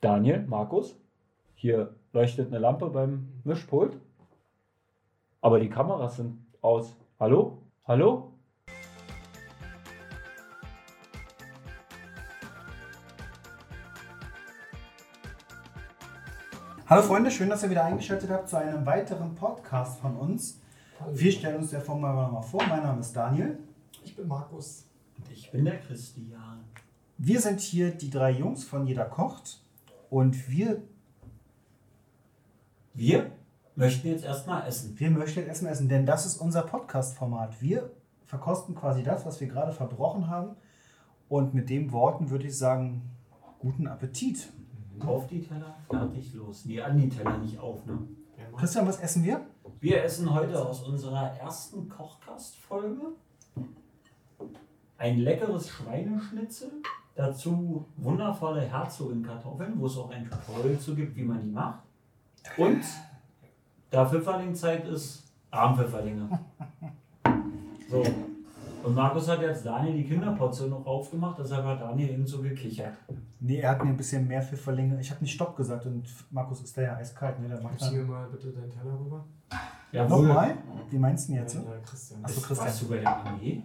Daniel, Markus, hier leuchtet eine Lampe beim Mischpult, aber die Kameras sind aus. Hallo? Hallo? Hallo Freunde, schön, dass ihr wieder eingeschaltet habt zu einem weiteren Podcast von uns. Wir stellen uns der Form mal nochmal vor. Mein Name ist Daniel. Ich bin Markus. Und ich bin der Christian. Wir sind hier die drei Jungs von Jeder kocht und wir, Wir möchten jetzt erstmal essen. wir möchten jetzt erstmal essen, denn das ist unser Podcast-Format. Wir verkosten quasi das, was wir gerade verbrochen haben und mit den Worten würde ich sagen, guten Appetit. Auf die Teller, fertig, los. Nee, an die Teller, nicht auf, ne? Ja, Mann. Christian, was essen wir? Wir essen heute aus unserer ersten Kochkastfolge ein leckeres Schweineschnitzel. Dazu wundervolle Herzogin-Kartoffeln, wo es auch ein Tutorial zu gibt, wie man die macht. Und da Pfifferling-Zeit ist, Armpfifferlinge. So. Und Markus hat jetzt Daniel die Kinderportion noch aufgemacht, deshalb hat Daniel eben so gekichert. Nee, er hat mir ein bisschen mehr für verlängert. Ich habe nicht Stopp gesagt und Markus ist da ja eiskalt. Ne? Der macht Schieb mir dann. mal bitte deinen Teller rüber. Jawohl. Nochmal? Wie meinst du denn jetzt? Nein, nein, Christian. Äh, Ach so, Ich- Christian. Warst du bei der Armee?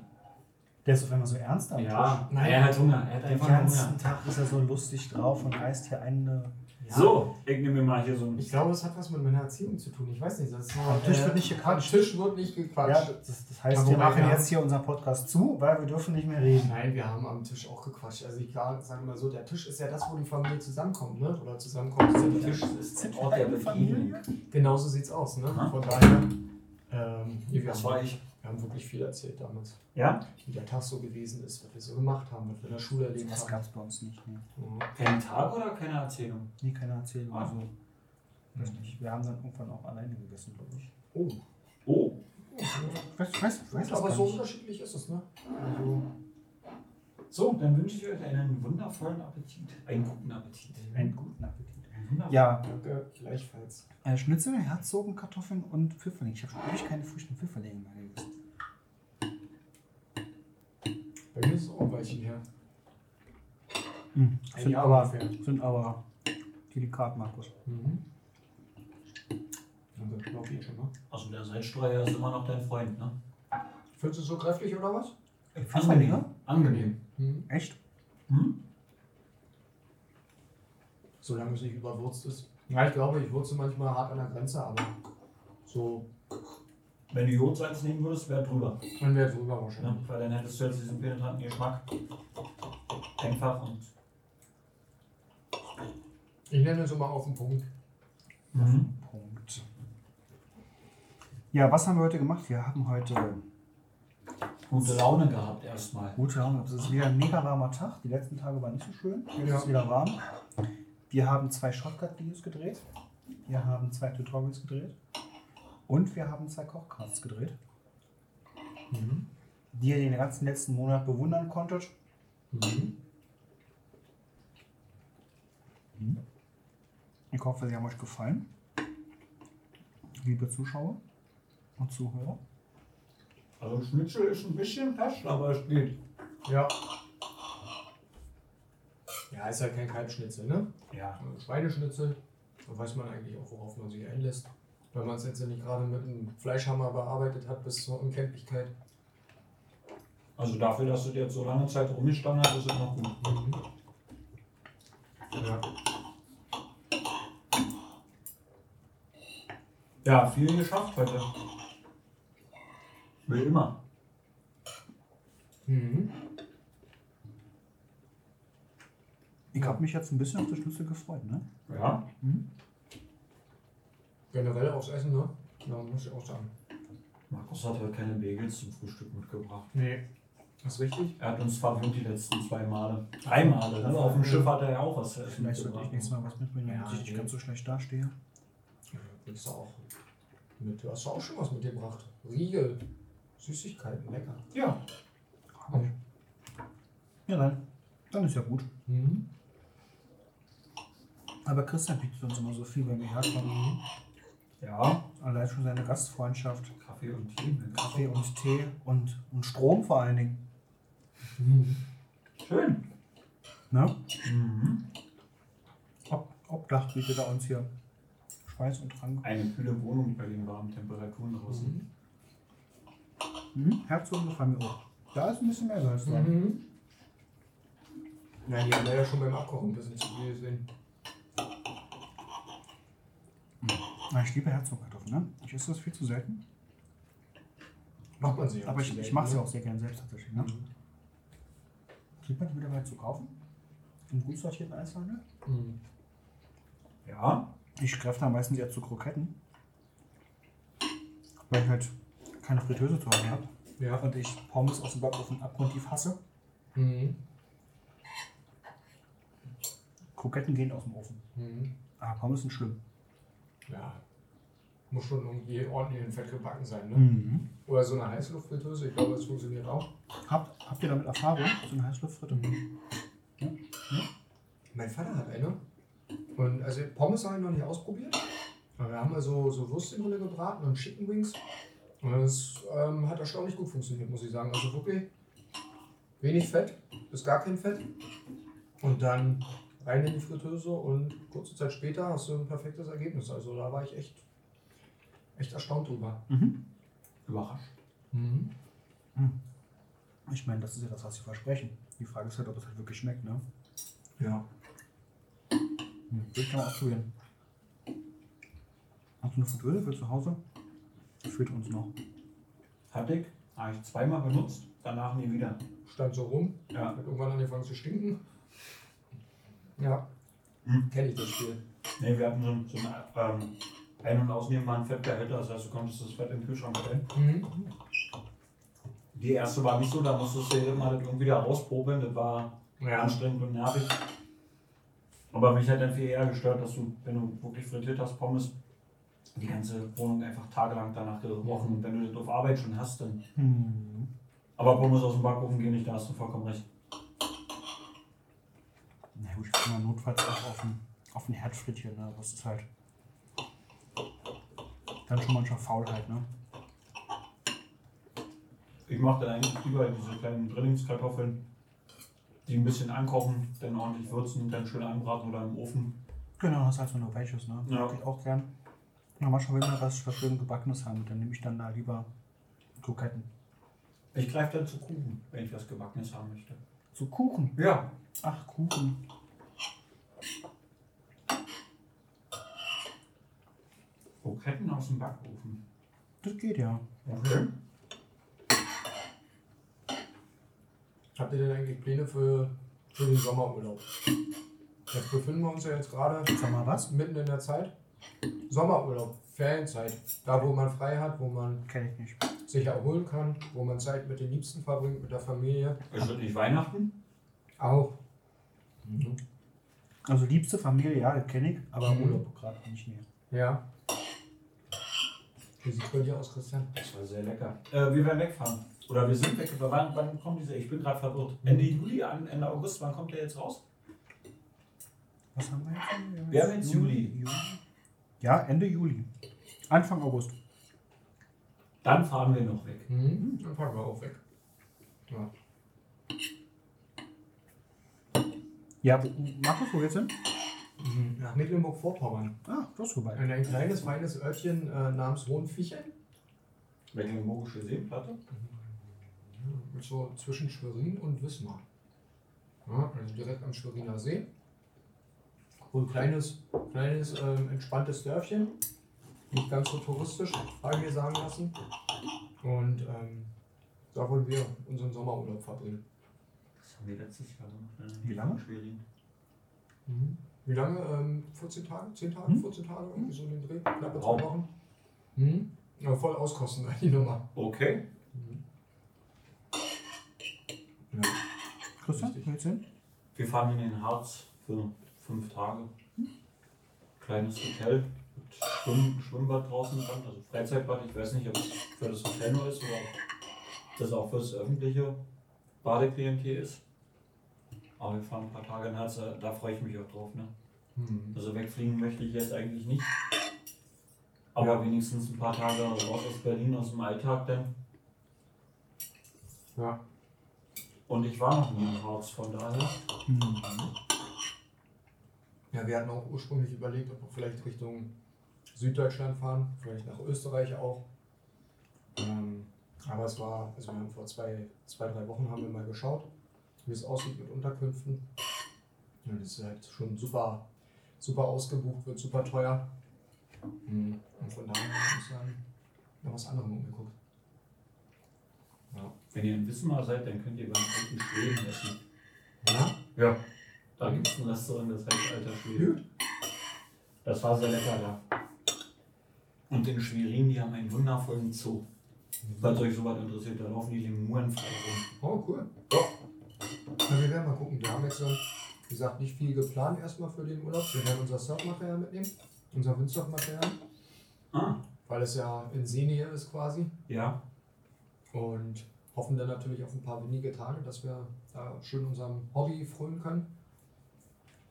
Der ist auf einmal so ernst am Ja, Nein. er hat Hunger. Er hat Den einfach nur ganzen Hunger. Tag ist er so lustig drauf und reißt hier äh, eine. Ja. So, ich nehme mir mal hier so ein. Ich glaube, es hat was mit meiner Erziehung zu tun. Ich weiß nicht. Das war, äh, Am Tisch wird nicht gequatscht. Am Tisch wird nicht Ja, gequatscht. das, das heißt, Aber wir wobei machen wir jetzt hier unseren Podcast zu, weil wir dürfen nicht mehr reden. Nein, wir haben am Tisch auch gequatscht. Also ich sage mal so, der Tisch ist ja das, wo die Familie zusammenkommt, ne? Oder zusammenkommt. Der Tisch ist ein Ort der Begegnung. Genauso sieht's aus, ne? Aha. Von daher, ähm, wir, Das haben, war ich. wir haben wirklich viel erzählt damals. Ja? Wie der Tag so gewesen ist, was wir so gemacht haben, was wir in der Schule erlebt Das gab haben. es bei uns nicht. Nee, Mhm. Kein Tag oder keine Erzählung? nee keine Erzählung. Ah. Also, weiß nicht. Wir haben dann irgendwann auch alleine gegessen, glaube ich. Oh. Oh, Ich weiß, ich weiß, ich weiß das Aber gar so nicht. unterschiedlich ist es, ne? Also, so, dann wünsche ich euch einen wundervollen Appetit. Einen guten Appetit. Einen guten Appetit. Einen wundervollen- Ja, danke, gleichfalls. äh, Schnitzel, Herzogen, Kartoffeln und Pfifferling. Ich habe schon ewig keine frischen Pfifferlinge mehr gegessen. Bei mir ist es auch weich her. Mhm. Ein Sind, Jahr aber, ungefähr. sind aber delikat, Markus. Mhm. Danke, glaub ich schon, ne? Also der Salzstreuer ist immer noch dein Freund, ne? Findest du es so kräftig oder was? Pfifferlinge? Angenehm. Mhm. Echt? Hm? Solange es nicht überwürzt ist. Ja, ich glaube, ich würze manchmal hart an der Grenze, aber so, Wenn du Jodsalz nehmen würdest, wäre drüber. dann wäre drüber Ne? wahrscheinlich. Weil dann hättest du jetzt diesen penetranten Geschmack. Einfach und. Ich nenne es immer auf den Punkt. Mhm. Punkt. Ja, was haben wir heute gemacht? Wir haben heute Gute Laune gehabt erstmal. Gute Laune. Es ist wieder ein mega warmer Tag. Die letzten Tage waren nicht so schön. Jetzt Ja. ist es wieder warm. Wir haben zwei Shortcut-Videos gedreht. Wir haben zwei Tutorials gedreht. Und wir haben zwei Kochcasts gedreht, Mhm. die ihr den ganzen letzten Monat bewundern konntet. Mhm. Mhm. Ich hoffe, sie haben euch gefallen. Liebe Zuschauer und Zuhörer. Also Schnitzel ist ein bisschen fest, aber es geht. Ja. Ja, ist halt kein Kalbschnitzel, ne? Ja. Also Schweineschnitzel. Da weiß man eigentlich auch, worauf man sich einlässt. Wenn man es jetzt ja nicht gerade mit einem Fleischhammer bearbeitet hat bis zur Unkenntlichkeit. Also dafür, dass es jetzt so lange Zeit rumgestanden hat, ist es noch gut. Mhm. Ja. Ja, viel geschafft heute. Wie immer. Mhm. Ich habe mich jetzt ein bisschen auf das Schlüssel gefreut. Ne? Ja. Generell aufs Essen, ne? Ja, muss ich auch sagen. Markus hat heute keine Bagels zum Frühstück mitgebracht. Nee. Ist richtig? Er hat uns verwöhnt die letzten zwei Male. Drei Male. Ne? Auf dem Schiff hat er ja auch was zu essen Vielleicht sollte ich nächstes Mal was mitbringen, damit Ja, ich nicht nee. ganz so schlecht dastehe. Nimmst du auch mit. Du hast doch auch schon was mitgebracht. Riegel, Süßigkeiten, lecker. Ja. Ja, dann, dann ist ja gut. Mhm. Aber Christian bietet uns immer so viel, wenn wir herkommen. Mhm. Ja. Allein schon seine Gastfreundschaft. Kaffee und Tee. ne? Kaffee und Tee und, und Strom vor allen Dingen. Mhm. Schön. Ne? Mhm. Ob, Dach bietet er uns hier Schweiß und Trank. Eine kühle Wohnung bei den warmen Temperaturen Mhm. draußen. Hm, Herzog gefallen mir auch. Da ist ein bisschen mehr Salz dran. Mhm. Na, die haben leider schon beim Abkochen ein bisschen zu viel gesehen. Na, Ich liebe Herzogkartoffeln, ne? Ich esse das viel zu selten. Macht man sie ja. Mhm. Aber auch ich, zu ich selten, mache sie ne? auch sehr gern selbst tatsächlich. Ne? Kriegt man die wieder mal zu kaufen? Im gut sortierten Einzelhandel? Mhm. Ja, Ich greife da meistens eher zu Kroketten. Weil ich halt keine Fritteuse zu Hause habe. Ja. Und ich Pommes aus dem Backofen abgrundtief hasse. Mhm. Kroketten gehen aus dem Ofen. Mhm. Aber Pommes sind schlimm. Ja. Muss schon irgendwie ordentlich in Fett gebacken sein, ne? Mhm. Oder so eine Heißluftfritteuse, ich glaube, das funktioniert auch. Habt, habt ihr damit Erfahrung? So eine Heißluftfritte? Mhm. Mein Vater hat eine. Und also Pommes habe ich noch nicht ausprobiert. Aber wir haben mal so, so Würstchen drin gebraten und Chicken Wings. Und das ähm, hat erstaunlich gut funktioniert, muss ich sagen. Also wirklich wenig Fett, bis gar kein Fett. Und dann rein in die Fritteuse und kurze Zeit später hast du ein perfektes Ergebnis. Also da war ich echt, echt erstaunt drüber. Mhm. überrascht. Ich meine, das ist ja das, was sie versprechen. Die Frage ist halt, ob es halt wirklich schmeckt, ne? Ja. Hm. Würde ich mal ausprobieren. Hast du eine Fritteuse für zu Hause? Fehlt uns noch. Hatte ich, habe ich zweimal benutzt, danach nie wieder. Stand so rum, Ja. hat irgendwann angefangen zu stinken. Ja, Hm. kenne ich das Spiel. Nee, wir hatten so, ein- so einen ähm, Ein- und Ausnehmbaren Fettbehälter, das heißt, also du konntest das Fett im Kühlschrank stellen. Mhm. Die erste war nicht so, da musstest du jedes Mal das irgendwie da rausprobeln, das war Ja, anstrengend und nervig. Aber mich hat dann viel eher gestört, dass du, wenn du wirklich frittiert hast, Pommes, die ganze Wohnung einfach tagelang danach gerochen. Und wenn du das auf Arbeit schon hast, dann. Hm. Aber Pommes aus dem Backofen gehen nicht, da hast du vollkommen recht. Na gut, ich kann mal notfalls auch auf den, auf den Herd frittieren, ne? aber es ist halt dann schon manchmal Faulheit, ne? Ich mache dann eigentlich lieber diese kleinen Drillingskartoffeln, die ein bisschen ankochen, dann ordentlich würzen und dann schön anbraten oder im Ofen. Genau, das ist halt so eine welches, ne? Ja. Mag ich auch gern. Ja, manchmal will man was, was schön gebackenes haben, dann nehme ich dann da lieber Kroketten. Ich greife dann zu Kuchen, wenn ich was Gebackenes haben möchte. So Kuchen. Ja. Ach, Kuchen. Kroketten aus dem Backofen. Das geht ja. Okay. habt ihr denn eigentlich Pläne für, für den Sommerurlaub? Jetzt befinden wir uns ja jetzt gerade Sag mal was? mitten in der Zeit. Sommerurlaub, Ferienzeit. Da, wo man frei hat, wo man Kenne ich nicht. sich erholen kann, wo man Zeit mit den Liebsten verbringt, mit der Familie. Ist das nicht Weihnachten? Auch. Also liebste Familie, ja, das kenne ich, aber Mhm. Urlaub gerade nicht mehr. Ja. Wie sieht es bei dir aus, Christian? Das war sehr lecker. Äh, wir werden wegfahren. Oder wir sind weggefahren. Wann, wann kommt dieser? Ich bin gerade verwirrt. Ende Juli, an, Ende August, wann kommt der jetzt raus? Was haben wir jetzt? Wir haben jetzt Juli. Juli. Ja, Ende Juli. Anfang August. Dann fahren wir noch weg. Mhm. Dann packen wir auch weg. Ja. Ja, wo, Markus, wo geht's hin? Mhm. Nach Mecklenburg-Vorpommern. Ah, das ist vorbei. Ein, ein kleines, feines Örtchen äh, namens Hohenviechen. Mecklenburgische Seenplatte. So zwischen Schwerin und Wismar. Ja, also direkt am Schweriner See. Wohl ein kleines, kleines ähm, entspanntes Dörfchen. Nicht ganz so touristisch, habe ich mir sagen lassen. Und ähm, da wollen wir unseren Sommerurlaub verbringen. Das haben wir letztes Jahr gemacht. ne? Wie lange? Schwerin. Wie lange? Ähm, 14 Tage? 10 Tage? 14 Tage? Irgendwie so in den Dreh? Knappe Wow. zwei Wochen? Mhm. Ja, voll auskosten, die Nummer. Okay. Mhm. Ja. Christian, Richtig. wo geht's hin? Wir fahren in den Harz für fünf Tage. Kleines Hotel mit Schwimm Schwimmbad draußen dran, also Freizeitbad. Ich weiß nicht, ob es für das Hotel nur ist oder ob das auch für das öffentliche Badeklientel ist. Aber wir fahren ein paar Tage in Harz, da- da freue ich mich auch drauf. Ne? Mhm. Also wegfliegen möchte ich jetzt eigentlich nicht. Aber wenigstens ein paar Tage raus aus Berlin, aus dem Alltag dann. Ja. Mhm. Und ich war noch nie im Harz, von daher. Ja, wir hatten auch ursprünglich überlegt, ob wir vielleicht Richtung Süddeutschland fahren, vielleicht nach Österreich auch. Ähm, aber es war, also wir haben vor zwei, zwei, drei Wochen haben wir mal geschaut, wie es aussieht mit Unterkünften. Ja, das ist halt schon super, super ausgebucht, wird super teuer. Mhm. Und von daher haben wir uns dann noch was anderem umgeguckt. Ja. Wenn ihr in Wismar seid, dann könnt ihr beim alten Schweden essen. Ja? Ja. Da gibt es ein Restaurant, das heißt Alter Schwede. Das war sehr lecker da. Und in Schwerin, die haben einen wundervollen Zoo. Falls euch sowas interessiert, da laufen die Lemuren frei rum. Oh, cool. Na, wir werden mal gucken. Wir haben jetzt, äh, wie gesagt, nicht viel geplant erstmal für den Urlaub. Wir werden unser Surfmaterial mitnehmen, unser Windsurfmaterial, Ah, weil es ja in Seenähe ist quasi. ja. Und hoffen dann natürlich auf ein paar wenige Tage, dass wir da schön unserem Hobby frönen können.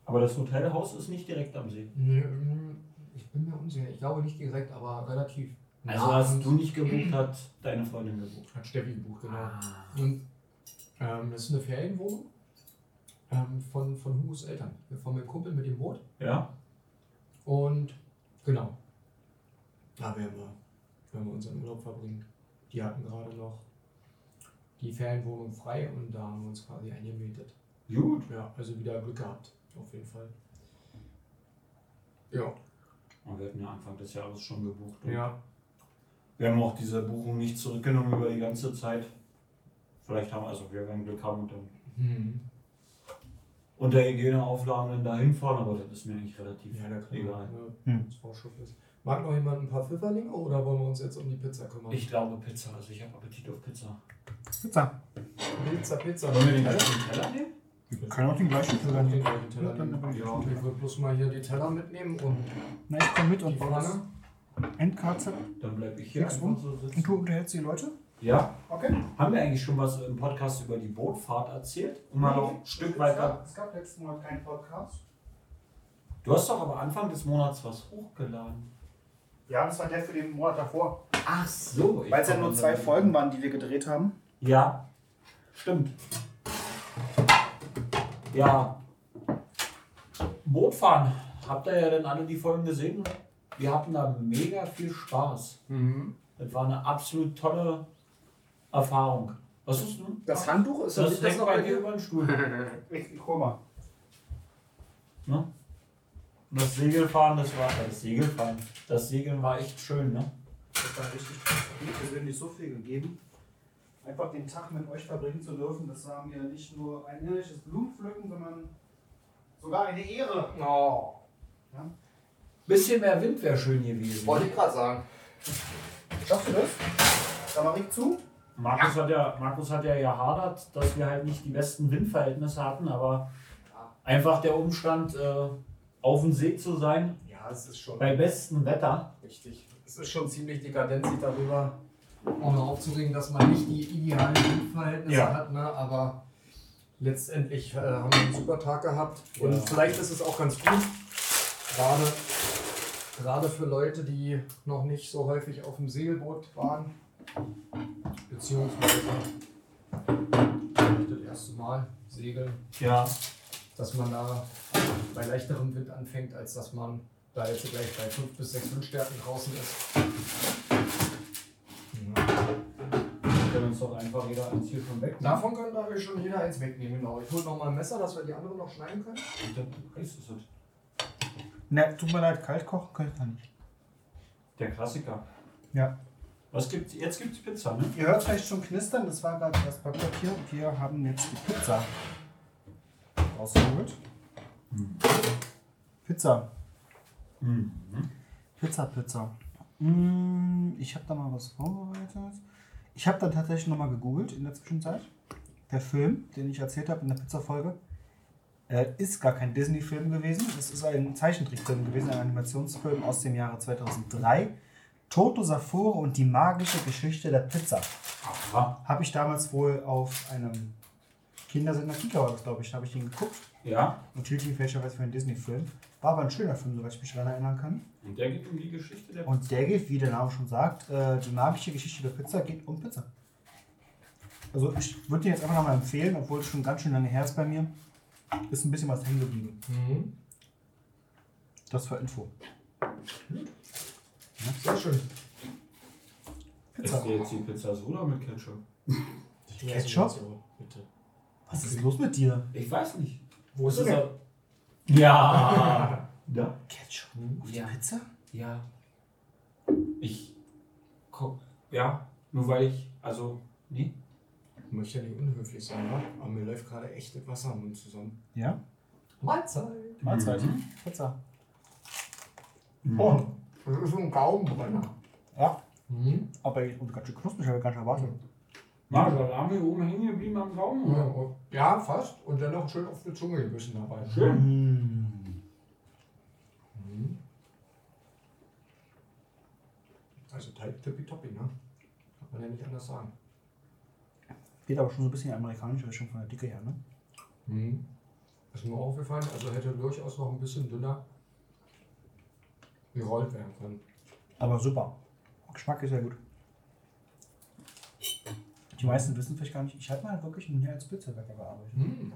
Aber das Hotelhaus ist nicht direkt am See. mm, Ich bin mir unsicher. Ich glaube nicht direkt, aber relativ. Also nah hast und- du nicht gebucht, hat deine Freundin gebucht. Hat Steffi gebucht, genau. Ah. Und ähm, das ist eine Ferienwohnung ähm, von, von Hugos Eltern. Von meinem Kumpel mit dem Boot. Ja? Und genau. Da werden wir, werden wir unseren Urlaub verbringen. Die hatten gerade noch die Ferienwohnung frei und da haben wir uns quasi eingemietet. Gut. Ja, also wieder Glück gehabt, auf jeden Fall. Ja, Und wir hatten ja Anfang des Jahres schon gebucht. Und ja. Wir haben auch diese Buchung nicht zurückgenommen über die ganze Zeit. Vielleicht haben also wir werden Glück haben und dann Hm. unter Hygieneauflagen dann dahin fahren, aber das ist mir eigentlich relativ Ja, da kann egal. man, Hm. das Vorschuss ist. Mag noch jemand ein paar Pfifferlinge oder wollen wir uns jetzt um die Pizza kümmern? Ich glaube Pizza, also ich habe Appetit auf Pizza. Pizza. Pizza, Pizza. Wollen wir den ganzen Teller nehmen? Wir können auch den gleichen Teller den nehmen. gleichen Teller Ja, dann nehmen. aber die Ja, Teller. ich würde bloß mal hier die Teller mitnehmen und Na, ich komme mit die und baue das Pfanne. Endkarte. Dann bleibe ich hier Nix einfach um. so Und du sitzen. unterhältst die Leute? Ja, Okay. haben wir eigentlich schon was im Podcast über die Bootfahrt erzählt? Um mal noch ein Stück weiter. Es gab letzten Monat keinen Podcast. Du hast doch aber Anfang des Monats was hochgeladen. Ja, das war der für den Monat davor. Ach so. ich Weil es ja hab nur unser- zwei Folgen waren, die wir gedreht haben. Ja, stimmt. Ja, Bootfahren. Habt ihr ja dann alle die Folgen gesehen? Wir hatten da mega viel Spaß. Das war eine absolut tolle Erfahrung. Was ist denn? Das Handtuch ist das, das hängt bei dir über den Stuhl. Richtig Koma. Ne? Und das Segelfahren, das war äh, das Segelfahren. Das Segeln war echt schön, ne? Das war richtig. Mir persönlich so viel gegeben. Einfach den Tag mit euch verbringen zu dürfen, das war mir nicht nur ein irdisches Blumenpflücken, sondern sogar eine Ehre. Oh. Bisschen mehr Wind wäre schön gewesen. Wollte ich gerade sagen. Schaffst du das? Da mach ich zu. Markus, Hat ja, Markus hat ja gehadert, dass wir halt nicht die besten Windverhältnisse hatten, aber einfach der Umstand, äh, auf dem See zu sein, Ja, es ist schon bei bestem Wetter. richtig. Es ist schon ziemlich dekadent, sich darüber auch noch aufzuregen, dass man nicht die idealen Windverhältnisse Ja. hat, ne? aber letztendlich äh, haben wir einen super Tag gehabt. Und Ja. vielleicht ist es auch ganz gut, gerade, gerade für Leute, die noch nicht so häufig auf dem Segelboot waren, beziehungsweise vielleicht das erste Mal segeln. Ja, dass man da bei leichterem Wind anfängt, als dass man da jetzt gleich bei 5 bis 6 Windstärken draußen ist. wir können uns doch einfach jeder eins hier schon weg. Davon können wir schon jeder eins wegnehmen, genau. Ich hole nochmal ein Messer, dass wir die anderen noch schneiden können. Und dann ist es halt das. Na, tut mir leid, kalt kochen könnte man nicht. Der Klassiker. Ja. Was gibt's? Jetzt gibt's Pizza, ne? Ihr hört vielleicht schon knistern, das war gerade das Backpapier. Wir haben jetzt die Pizza rausgeholt. Hm. Pizza, Mhm. Pizza, Pizza. Mm, Ich habe da mal was vorbereitet. Ich habe dann tatsächlich nochmal gegoogelt in der Zwischenzeit. Der Film, den ich erzählt habe in der Pizza-Folge, äh, ist gar kein Disney-Film gewesen. Es ist ein Zeichentrickfilm gewesen, ein Animationsfilm aus dem Jahre 2003. Toto Safore und die magische Geschichte der Pizza Aha. habe ich damals wohl auf einem Kindersender Kika, glaube ich, habe ich den geguckt. Ja. Natürlich fälschlicherweise für einen Disney-Film. War aber ein schöner Film, soweit ich mich daran erinnern kann. Und der geht um die Geschichte der Und der geht, wie der Name schon sagt, äh, die magische Geschichte der Pizza geht um Pizza. Also ich würde den jetzt einfach nochmal Mhm. empfehlen, obwohl es schon ganz schön lange her ist bei mir. Ist ein bisschen was hängen geblieben. Das war Info. Sehr schön. Esst ihr jetzt die Pizza so oder mit Ketchup? Ketchup? Bitte. Was ist los mit dir? Ich weiß nicht. Wo ist Das ist er? ja. Ja. Ja. Ketchup? Hm? Auf Ja. die Pizza? Ja. Ich. Guck. Ja, nur weil ich. Also. Nee. Ich möchte ja nicht unhöflich sein, ne? aber mir läuft gerade echt etwas am Mund zusammen. Ja. Mahlzeit. Mahlzeit. Pizza. Oh, das ist so ein Gaumenbrenner. Ja. Mhm. Aber und ganz schön knusprig, habe ich gar nicht erwartet. War Salami oben hängen geblieben am Gaumen? Ja, Oder? und- Ja, fast. Und dann noch schön auf die Zunge gebissen dabei. Schön. Mhm. Also Teig tippitoppi, ne? Kann man ja nicht anders sagen. Geht aber schon so ein bisschen in die amerikanische Richtung von der Dicke her, ne? Mhm. Ist mir aufgefallen, also hätte durchaus noch ein bisschen dünner gerollt werden können. Aber super. Geschmack ist ja gut. Die meisten wissen vielleicht gar nicht, ich habe mal wirklich ein Jahr als Pizzabäcker gearbeitet. Mhm.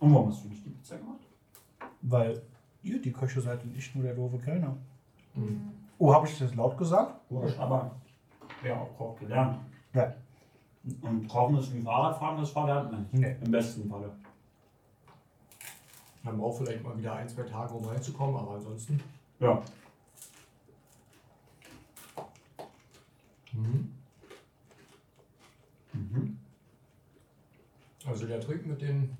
Und warum hast du nicht die Pizza gemacht? Weil ihr die Köche seid und ich nur der doofe Kellner. Mhm. Oh, habe ich das laut gesagt? Logisch, aber wer auch Koch gelernt. Ja. Und Kochen ist wie Fahrradfahren, das verlernt man nicht. Nee. Im besten Falle. Man braucht vielleicht mal wieder ein, zwei Tage, um reinzukommen, aber ansonsten. Ja. Mhm. Mhm. Also der Trick mit den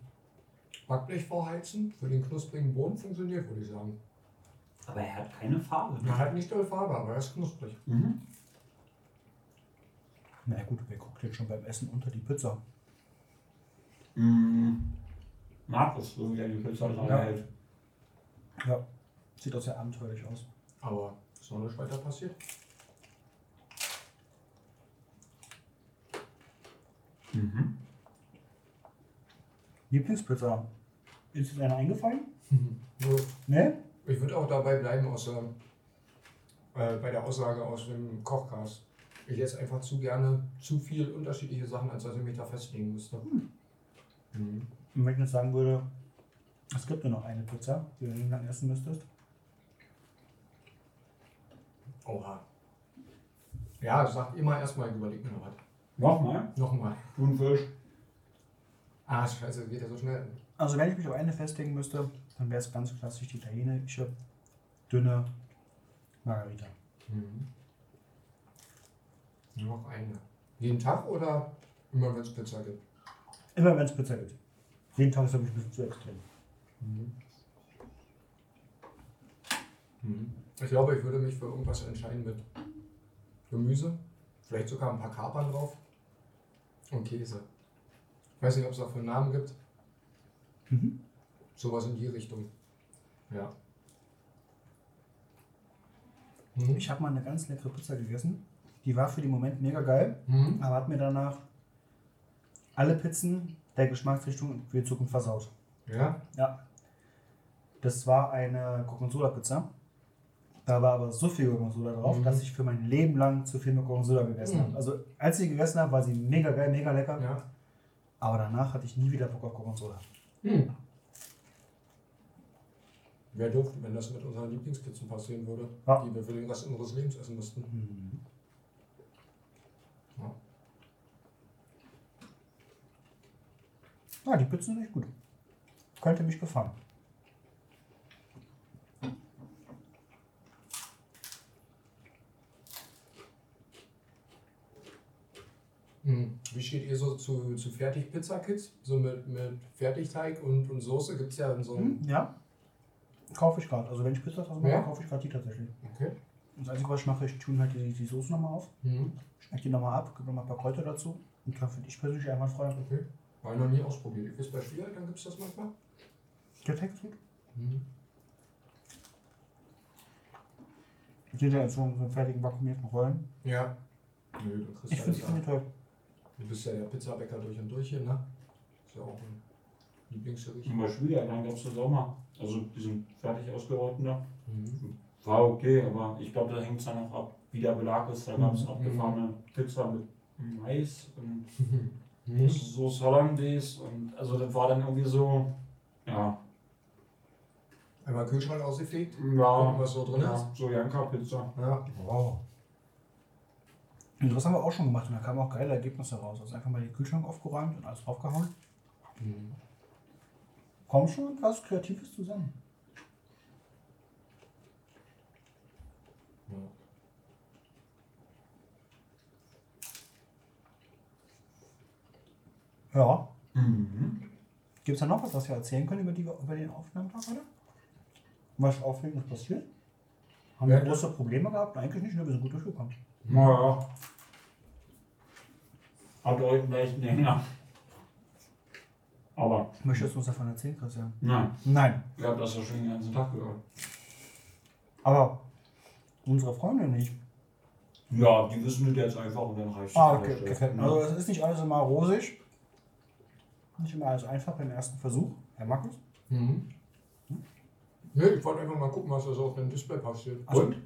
Backblech vorheizen für den knusprigen Boden funktioniert, würde ich sagen. Aber er hat keine Farbe. Er hat nicht doll Farbe, aber er ist knusprig. Mhm. Na gut, wer guckt jetzt schon beim Essen unter die Pizza? Mhm. Markus, so wie er die Pizza dran Ja. hält. Ja. Sieht auch sehr abenteuerlich aus. Aber ist noch nicht weiter passiert. Mhm. Lieblingspizza. Ist dir einer eingefallen? Nur Ne? Ich würde auch dabei bleiben, außer äh, bei der Aussage aus dem Kochcast. Ich esse einfach zu gerne zu viel unterschiedliche Sachen, als dass ich mich da festlegen müsste. Mhm. Und wenn ich jetzt sagen würde, es gibt nur noch eine Pizza, die du nicht lang essen müsstest. Oha. Ja, sagt immer erstmal, überleg mir noch was. Nochmal, Nochmal. Thunfisch. Ah, scheiße, das geht ja so schnell. Also wenn ich mich auf eine festlegen müsste, dann wäre es ganz klassisch die italienische, dünne Margarita. Mhm. Nur noch eine. Jeden Tag oder immer, wenn es Pizza gibt? Immer wenn es Pizza gibt. Jeden Tag ist das ein bisschen zu extrem. Mhm. Mhm. Ich glaube, ich würde mich für irgendwas entscheiden mit Gemüse, vielleicht sogar ein paar Kapern drauf und Käse. Ich weiß nicht, ob es dafür einen Namen gibt. Mhm. Sowas in die Richtung. Ja. Mhm. Ich habe mal eine ganz leckere Pizza gegessen. Die war für den Moment mega geil, Mhm. aber hat mir danach alle Pizzen der Geschmacksrichtung für die Zukunft versaut. Ja. Ja. Das war eine Gorgonzola-Pizza. Da war aber so viel Gorgonzola drauf, Mhm. dass ich für mein Leben lang zu viel mit Gorgonzola gegessen Mhm. habe. Also als ich sie gegessen habe, war sie mega geil, mega lecker. ja. Aber danach hatte ich nie wieder Bock auf Gorgonzola. Mhm. Wäre doof, wenn das mit unseren Lieblingspizzen passieren würde, Ja. Mhm. die wir für den Rest unseres Lebens essen müssten. Ja. Ja, die Pizzen sind echt gut. Könnte mich gefallen. Hm. Wie steht ihr so zu, zu Fertig-Pizza-Kits? So mit, mit Fertigteig und, und Soße gibt es ja in so einem. Hm, ja. Kaufe ich gerade. Also wenn ich Pizza draus mache, Ja? kaufe ich gerade die tatsächlich. Okay. Das Einzige, was ich mache, ich tune halt die, die Soße nochmal auf, Hm. schmecke die nochmal ab, gebe nochmal ein paar Kräuter dazu. Und da finde ich persönlich einfach frei. Okay. War ich noch nie ausprobiert. Ich weiß bei Schwierig, dann gibt es das manchmal. Der Teig ist gut. Hm. Ich sehe da jetzt so einen fertigen vakuumierten Rollen. Ja. Nö, du kriegst Ich halt- finde die alles ziemlich ab. toll. Du bist ja der Pizzabäcker durch und durch hier, ne? Ist ja auch ein Lieblingsgericht. Zum Beispiel, ja, dann gab es das auch mal. Also diesen fertig ne? ausgerollten da. Mhm. War okay, aber ich glaube, da hängt es dann auch ab, wie der Belag ist. Da gab es Mhm. abgefahrene Pizza mit Mais und Mhm. Soße Hollandaise und also das war dann irgendwie so, ja. Einmal den Kühlschrank ausgefegt, gucken, Ja, was so ne? drin ist. ja Sojanka-Pizza. Ja. Wow. Und das haben wir auch schon gemacht und da kamen auch geile Ergebnisse raus. Also einfach mal den Kühlschrank aufgeräumt und alles draufgehauen. Hm. Kommt schon was Kreatives zusammen. Ja. Mhm. Gibt es da noch was, was wir erzählen können über, die, über den Aufnahmetag heute? Was Aufregendes passiert? Haben wir Ja. Hm. große Probleme gehabt? Eigentlich nicht, nur wir sind gut durchgekommen. Naja, Hat euch vielleicht länger. aber Möchtest du uns davon erzählen, Christian? nein, Nein. ihr habt das ja schon den ganzen Tag gehört. Aber unsere Freunde nicht. Ja, die wissen das jetzt einfach und dann reicht es an Ah, der okay, Stelle. gefällt mir. Also es ist nicht alles immer rosig. Nicht immer alles einfach beim ersten Versuch. Herr Markus? Mhm. Nee, ich wollte einfach mal gucken, was da so auf dem Display passiert. Also- und?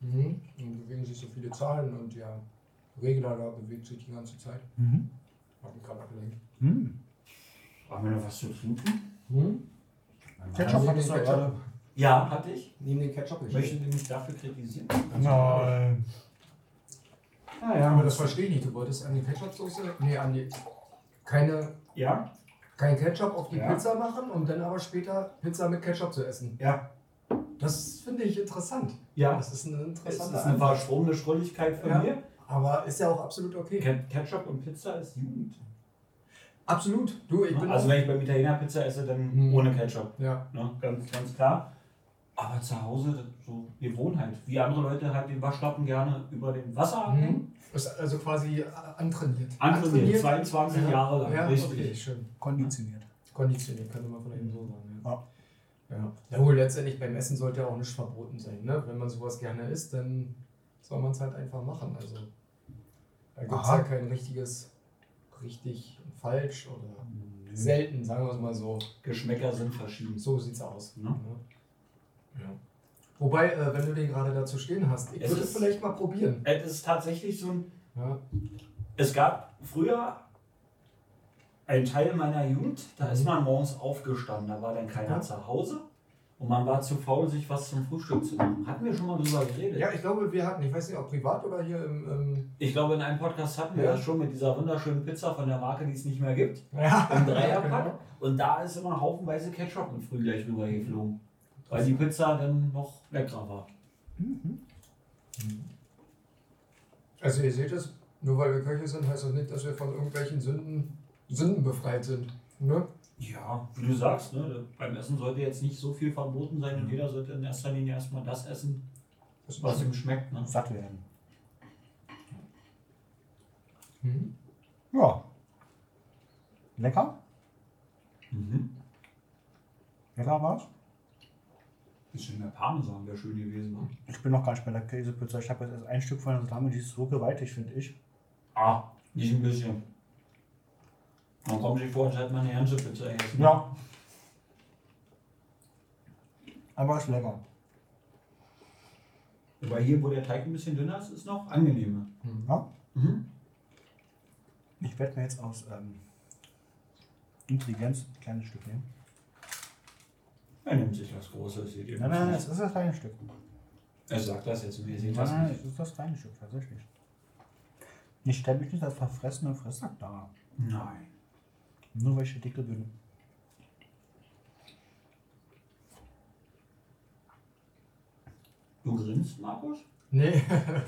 Mhm. Und bewegen sich so viele Zahlen und der Regler da bewegt sich die ganze Zeit. Mhm. Hat mich gerade abgelenkt. Hm. Haben wir noch was zu trinken? Mhm. Ketchup Sie hattest den du gerade. Ja, hatte ich. Neben den Ketchup Mhm. nicht. Möchten Sie mich dafür kritisieren? Nein. Ah, Ja, aber das verstehe ich nicht. Du wolltest an die Ketchup-Soße, nee, an die, keine, Ja. kein Ketchup auf die Ja. Pizza machen und dann aber später Pizza mit Ketchup zu essen. Ja. Das finde ich interessant. Ja. Das ist eine Das ist interessante eine Antwort. verschwommene Schrulligkeit von Ja. mir. Aber ist ja auch absolut okay. Ke- Ketchup und Pizza ist Jugend. Absolut. Du, ich bin Also wenn ich beim Italiener Pizza esse, dann Hm. ohne Ketchup. auch, ja. Ne? Ganz, ganz klar. Aber zu Hause, das- so Gewohnheit. Wie andere Leute halt den Waschlappen gerne über dem Wasser abhängen. Mhm. Ist also quasi äh, antrainiert. Andere 22 Jahre lang, Ja, richtig. okay, schön. Konditioniert. Konditioniert, könnte man von eben so sagen. Ja. Ja. Ja. ja, wohl letztendlich beim Essen sollte ja auch nicht verboten sein. Ne? Wenn man sowas gerne isst, dann soll man es halt einfach machen. Also da gibt es Aha. ja kein richtiges richtig und falsch oder selten, sagen wir es mal so. Geschmäcker sind verschieden. So sieht's aus. Ne? Ja. Ja. Wobei, äh, wenn du den gerade dazu stehen hast, ich Es würde es ist- vielleicht mal probieren. Es Äh, ist tatsächlich so ein. Ja. Es gab früher einen Teil meiner Jugend, da ist man morgens aufgestanden, da war dann keiner Ja. zu Hause und man war zu faul, sich was zum Frühstück zu machen. Hatten wir schon mal drüber geredet? ja, ich glaube, wir hatten, ich weiß nicht, ob privat oder hier im. im Ich glaube, in einem Podcast hatten wir Ja. das schon mit dieser wunderschönen Pizza von der Marke, die es nicht mehr gibt. ja, Im Dreierpack. Genau. Und da ist immer haufenweise Ketchup mit früh gleich rübergeflogen. Weil die Pizza dann noch leckerer war. Also ihr seht es, nur weil wir Köche sind, heißt das nicht, dass wir von irgendwelchen Sünden, Sünden befreit sind. Ne? Ja, wie du sagst, ne, beim Essen sollte jetzt nicht so viel verboten sein und jeder sollte in erster Linie erstmal das essen, Das was ihm schmeckt. Ne? Satt werden. Mhm. Ja. Lecker? Mhm. Lecker war's? Bisschen mehr Parmesan wäre schön gewesen. Ne? Ich bin noch gar nicht bei der Käsepizza. Ich habe jetzt erst ein Stück von der Salami, die ist so gewaltig, finde ich. Ah, nicht ein bisschen. Man kommt sich vor, als hätte man eine ganze Pizza gegessen. Ja. Aber ist lecker. Aber hier, wo der Teig ein bisschen dünner ist, ist noch angenehmer. Ja? Mhm. Ich werde mir jetzt aus ähm, Intelligenz ein kleines Stück nehmen. Er nimmt sich das Große, das seht ihr Nein, nein, nein, nicht. es ist das kleine Stück. Er sagt das jetzt und ihr Nein, seht das nein, nicht. es ist das kleine Stück, tatsächlich. Ich stelle mich nicht als verfressene Fressack dar. Nein. Nur weil ich der Dicke bin. Du grinst, Markus? Nee,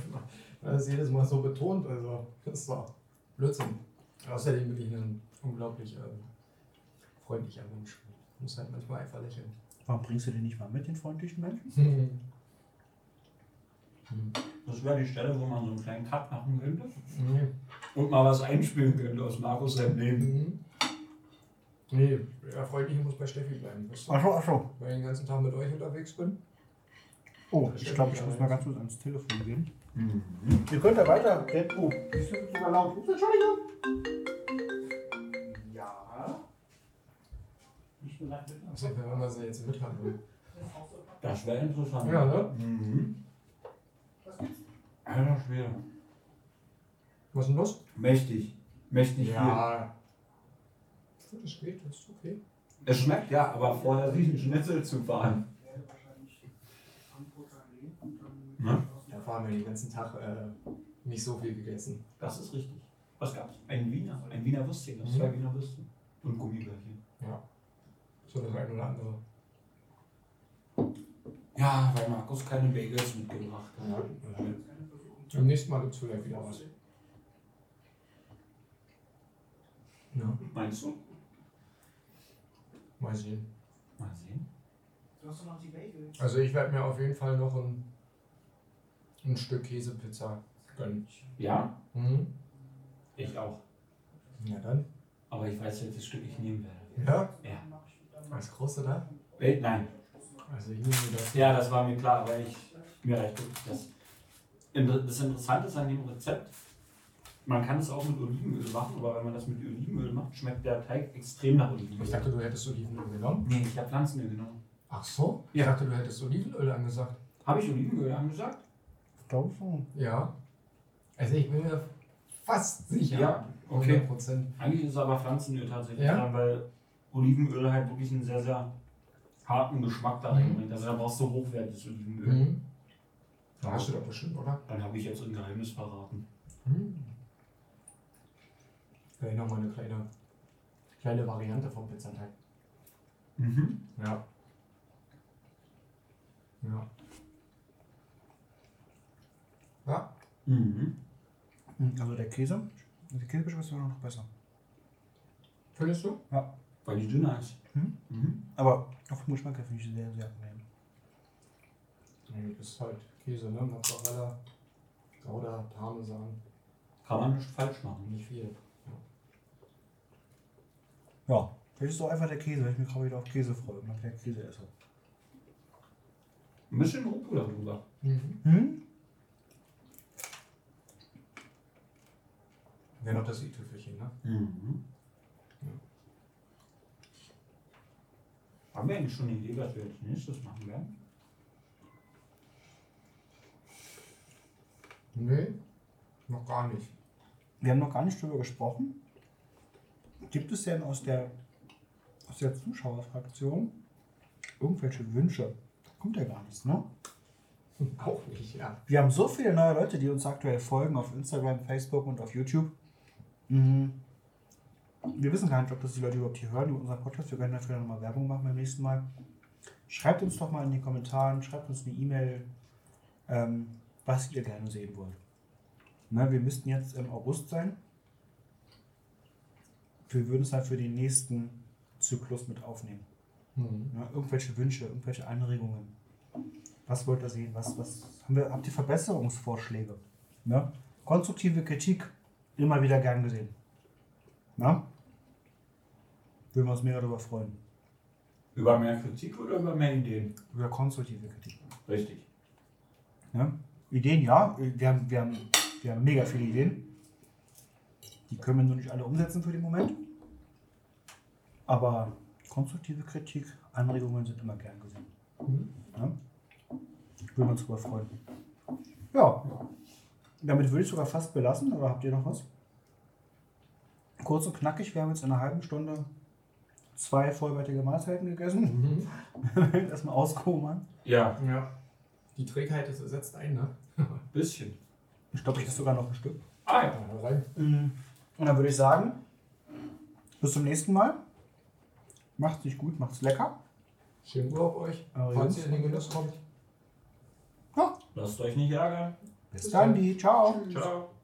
das ist jedes Mal so betont, also das war Blödsinn. Außerdem bin ich ein unglaublich ähm, freundlicher Mensch. Muss halt manchmal einfach lächeln. Warum bringst du den nicht mal mit, den freundlichen Menschen? Mhm. Das wäre die Stelle, wo man so einen kleinen Cut machen könnte Nee. und mal was einspielen könnte aus Markus seinem Leben. Mhm. Nee, der Freundliche muss bei Steffi bleiben. Weißt du? Achso, achso. Weil ich den ganzen Tag mit euch unterwegs bin. Oh, ich glaube, ich muss mal ganz kurz ans Telefon gehen. Mhm. Ihr könnt ja weiter reden. Oh, die sind sogar laut. Ups, Entschuldigung. Ja. Nicht gesagt, bitte. Also, wenn wir sie jetzt mithaben. Das wäre interessant. Ja, ne? Mhm. Alter Schwede. Was ist denn los? Mächtig. Mächtig Das ist spät, das ist okay. viel. Es schmeckt ja, aber vorher sich einen Schnitzel zu fahren. Ne? waren wir den ganzen Tag äh, nicht so viel gegessen. Das ist richtig. Was gab's? Ein Wiener. Ein Wiener Würstchen. Das Mhm. zwei Wiener Würstchen. Und Gummibärchen. So das eine oder andere. Ja, weil Markus keine Bagels mitgebracht hat. Beim nächsten Mal gibt es vielleicht wieder was. Ja, Meinst du? mal sehen. Mal sehen. Du hast doch noch die Bagels. Also ich werde mir auf jeden Fall noch ein, ein Stück Käsepizza gönnen. Ja, Mhm. ich auch. Ja dann. Aber ich weiß, welches Stück ich nehmen werde. Ja? Ja. Als große da? Äh, Welt, nein. Also ich nehme mir das. Ja, das war mir klar, aber ich. Mir reicht das. Inter- Das Interessante ist an dem Rezept, man kann es auch mit Olivenöl machen, aber wenn man das mit Olivenöl macht, schmeckt der Teig extrem nach Ich Olivenöl. dachte, du hättest Olivenöl genommen. Nee, ich habe Pflanzenöl genommen. Ach so? Ich Ja. dachte, du hättest Olivenöl angesagt. Habe ich Olivenöl angesagt? Ich glaube schon. Ja. Also ich bin mir fast sicher. okay. 100%. Eigentlich ist es aber Pflanzenöl tatsächlich Ja? dran, weil Olivenöl halt wirklich einen sehr, sehr harten Geschmack da reinbringt. Also da brauchst du hochwertiges Olivenöl. Mhm. Da hast du doch bestimmt, oder? Dann habe ich jetzt ein Geheimnis verraten. Mhm. Ja, nochmal eine kleine, kleine Variante vom Pizzateig. Mhm. Ja. Ja. Ja, Mhm. Hm, Also der Käse, die Käsebeschwörung war noch besser. findest du? Weil die dünner ist. Mhm. Mhm. Aber auch vom Geschmack her finde ich sie sehr, sehr angenehm. Nee, ist halt Käse, ne? Mozzarella, Gouda, Parmesan, Kann man nicht falsch machen. nicht viel. Ja. Vielleicht ist es auch einfach der Käse, weil ich mich gerade wieder auf Käse freue und dann wieder Käse esse. Ein bisschen Rucola drüber. Mhm. Hm? Wäre noch das i-Tüpfelchen, ne? Mhm. Haben wir eigentlich schon eine Idee, was wir als nächstes machen werden? Nee, noch gar nicht. Wir haben noch gar nicht drüber gesprochen. Gibt es denn aus der, aus der Zuschauerfraktion irgendwelche Wünsche? Da kommt ja gar nichts, ne? Auch nicht, ja. Wir haben so viele neue Leute, die uns aktuell folgen auf Instagram, Facebook und auf YouTube. Mhm. Wir wissen gar nicht, ob das die Leute überhaupt hier hören, über unseren Podcast. Wir können dafür nochmal Werbung machen beim nächsten Mal. Schreibt uns doch mal in die Kommentaren, schreibt uns eine E-Mail, ähm, was ihr gerne sehen wollt. Na, wir müssten jetzt im August sein. Wir würden es dann für den nächsten Zyklus mit aufnehmen. Mhm. Ja, irgendwelche Wünsche, irgendwelche Anregungen. Was wollt ihr sehen? Was, was haben wir, habt ihr Verbesserungsvorschläge? Ne? Konstruktive Kritik, immer wieder gern gesehen. Na? Würden wir uns mega darüber freuen. Über mehr Kritik oder über mehr Ideen? Über konstruktive Kritik. Richtig. Ne? Ideen, ja. Wir haben, wir, haben, wir haben mega viele Ideen. Die können wir nur nicht alle umsetzen für den Moment. Aber konstruktive Kritik, Anregungen sind immer gern gesehen. Ne? Würden wir uns darüber freuen. Ja, damit würde ich sogar fast belassen. Oder habt ihr noch was? Kurz und knackig, wir haben jetzt in einer halben Stunde zwei vollwertige Mahlzeiten gegessen. Mhm. Erstmal auskommern. Ja, Ja. Die Trägheit ist ersetzt ein, ne? bisschen. Ich glaube, ich esse sogar noch ein Stück. Ah ja. Ja, hau rein. Mm, Und dann würde ich sagen, bis zum nächsten Mal. Macht's nicht gut, macht's lecker. Schönen Urlaub euch, Aber falls jetzt- ihr in den Genuss kommt. Lasst euch nicht ärgern. Mhm. Bis dann, die. Ciao. Ciao.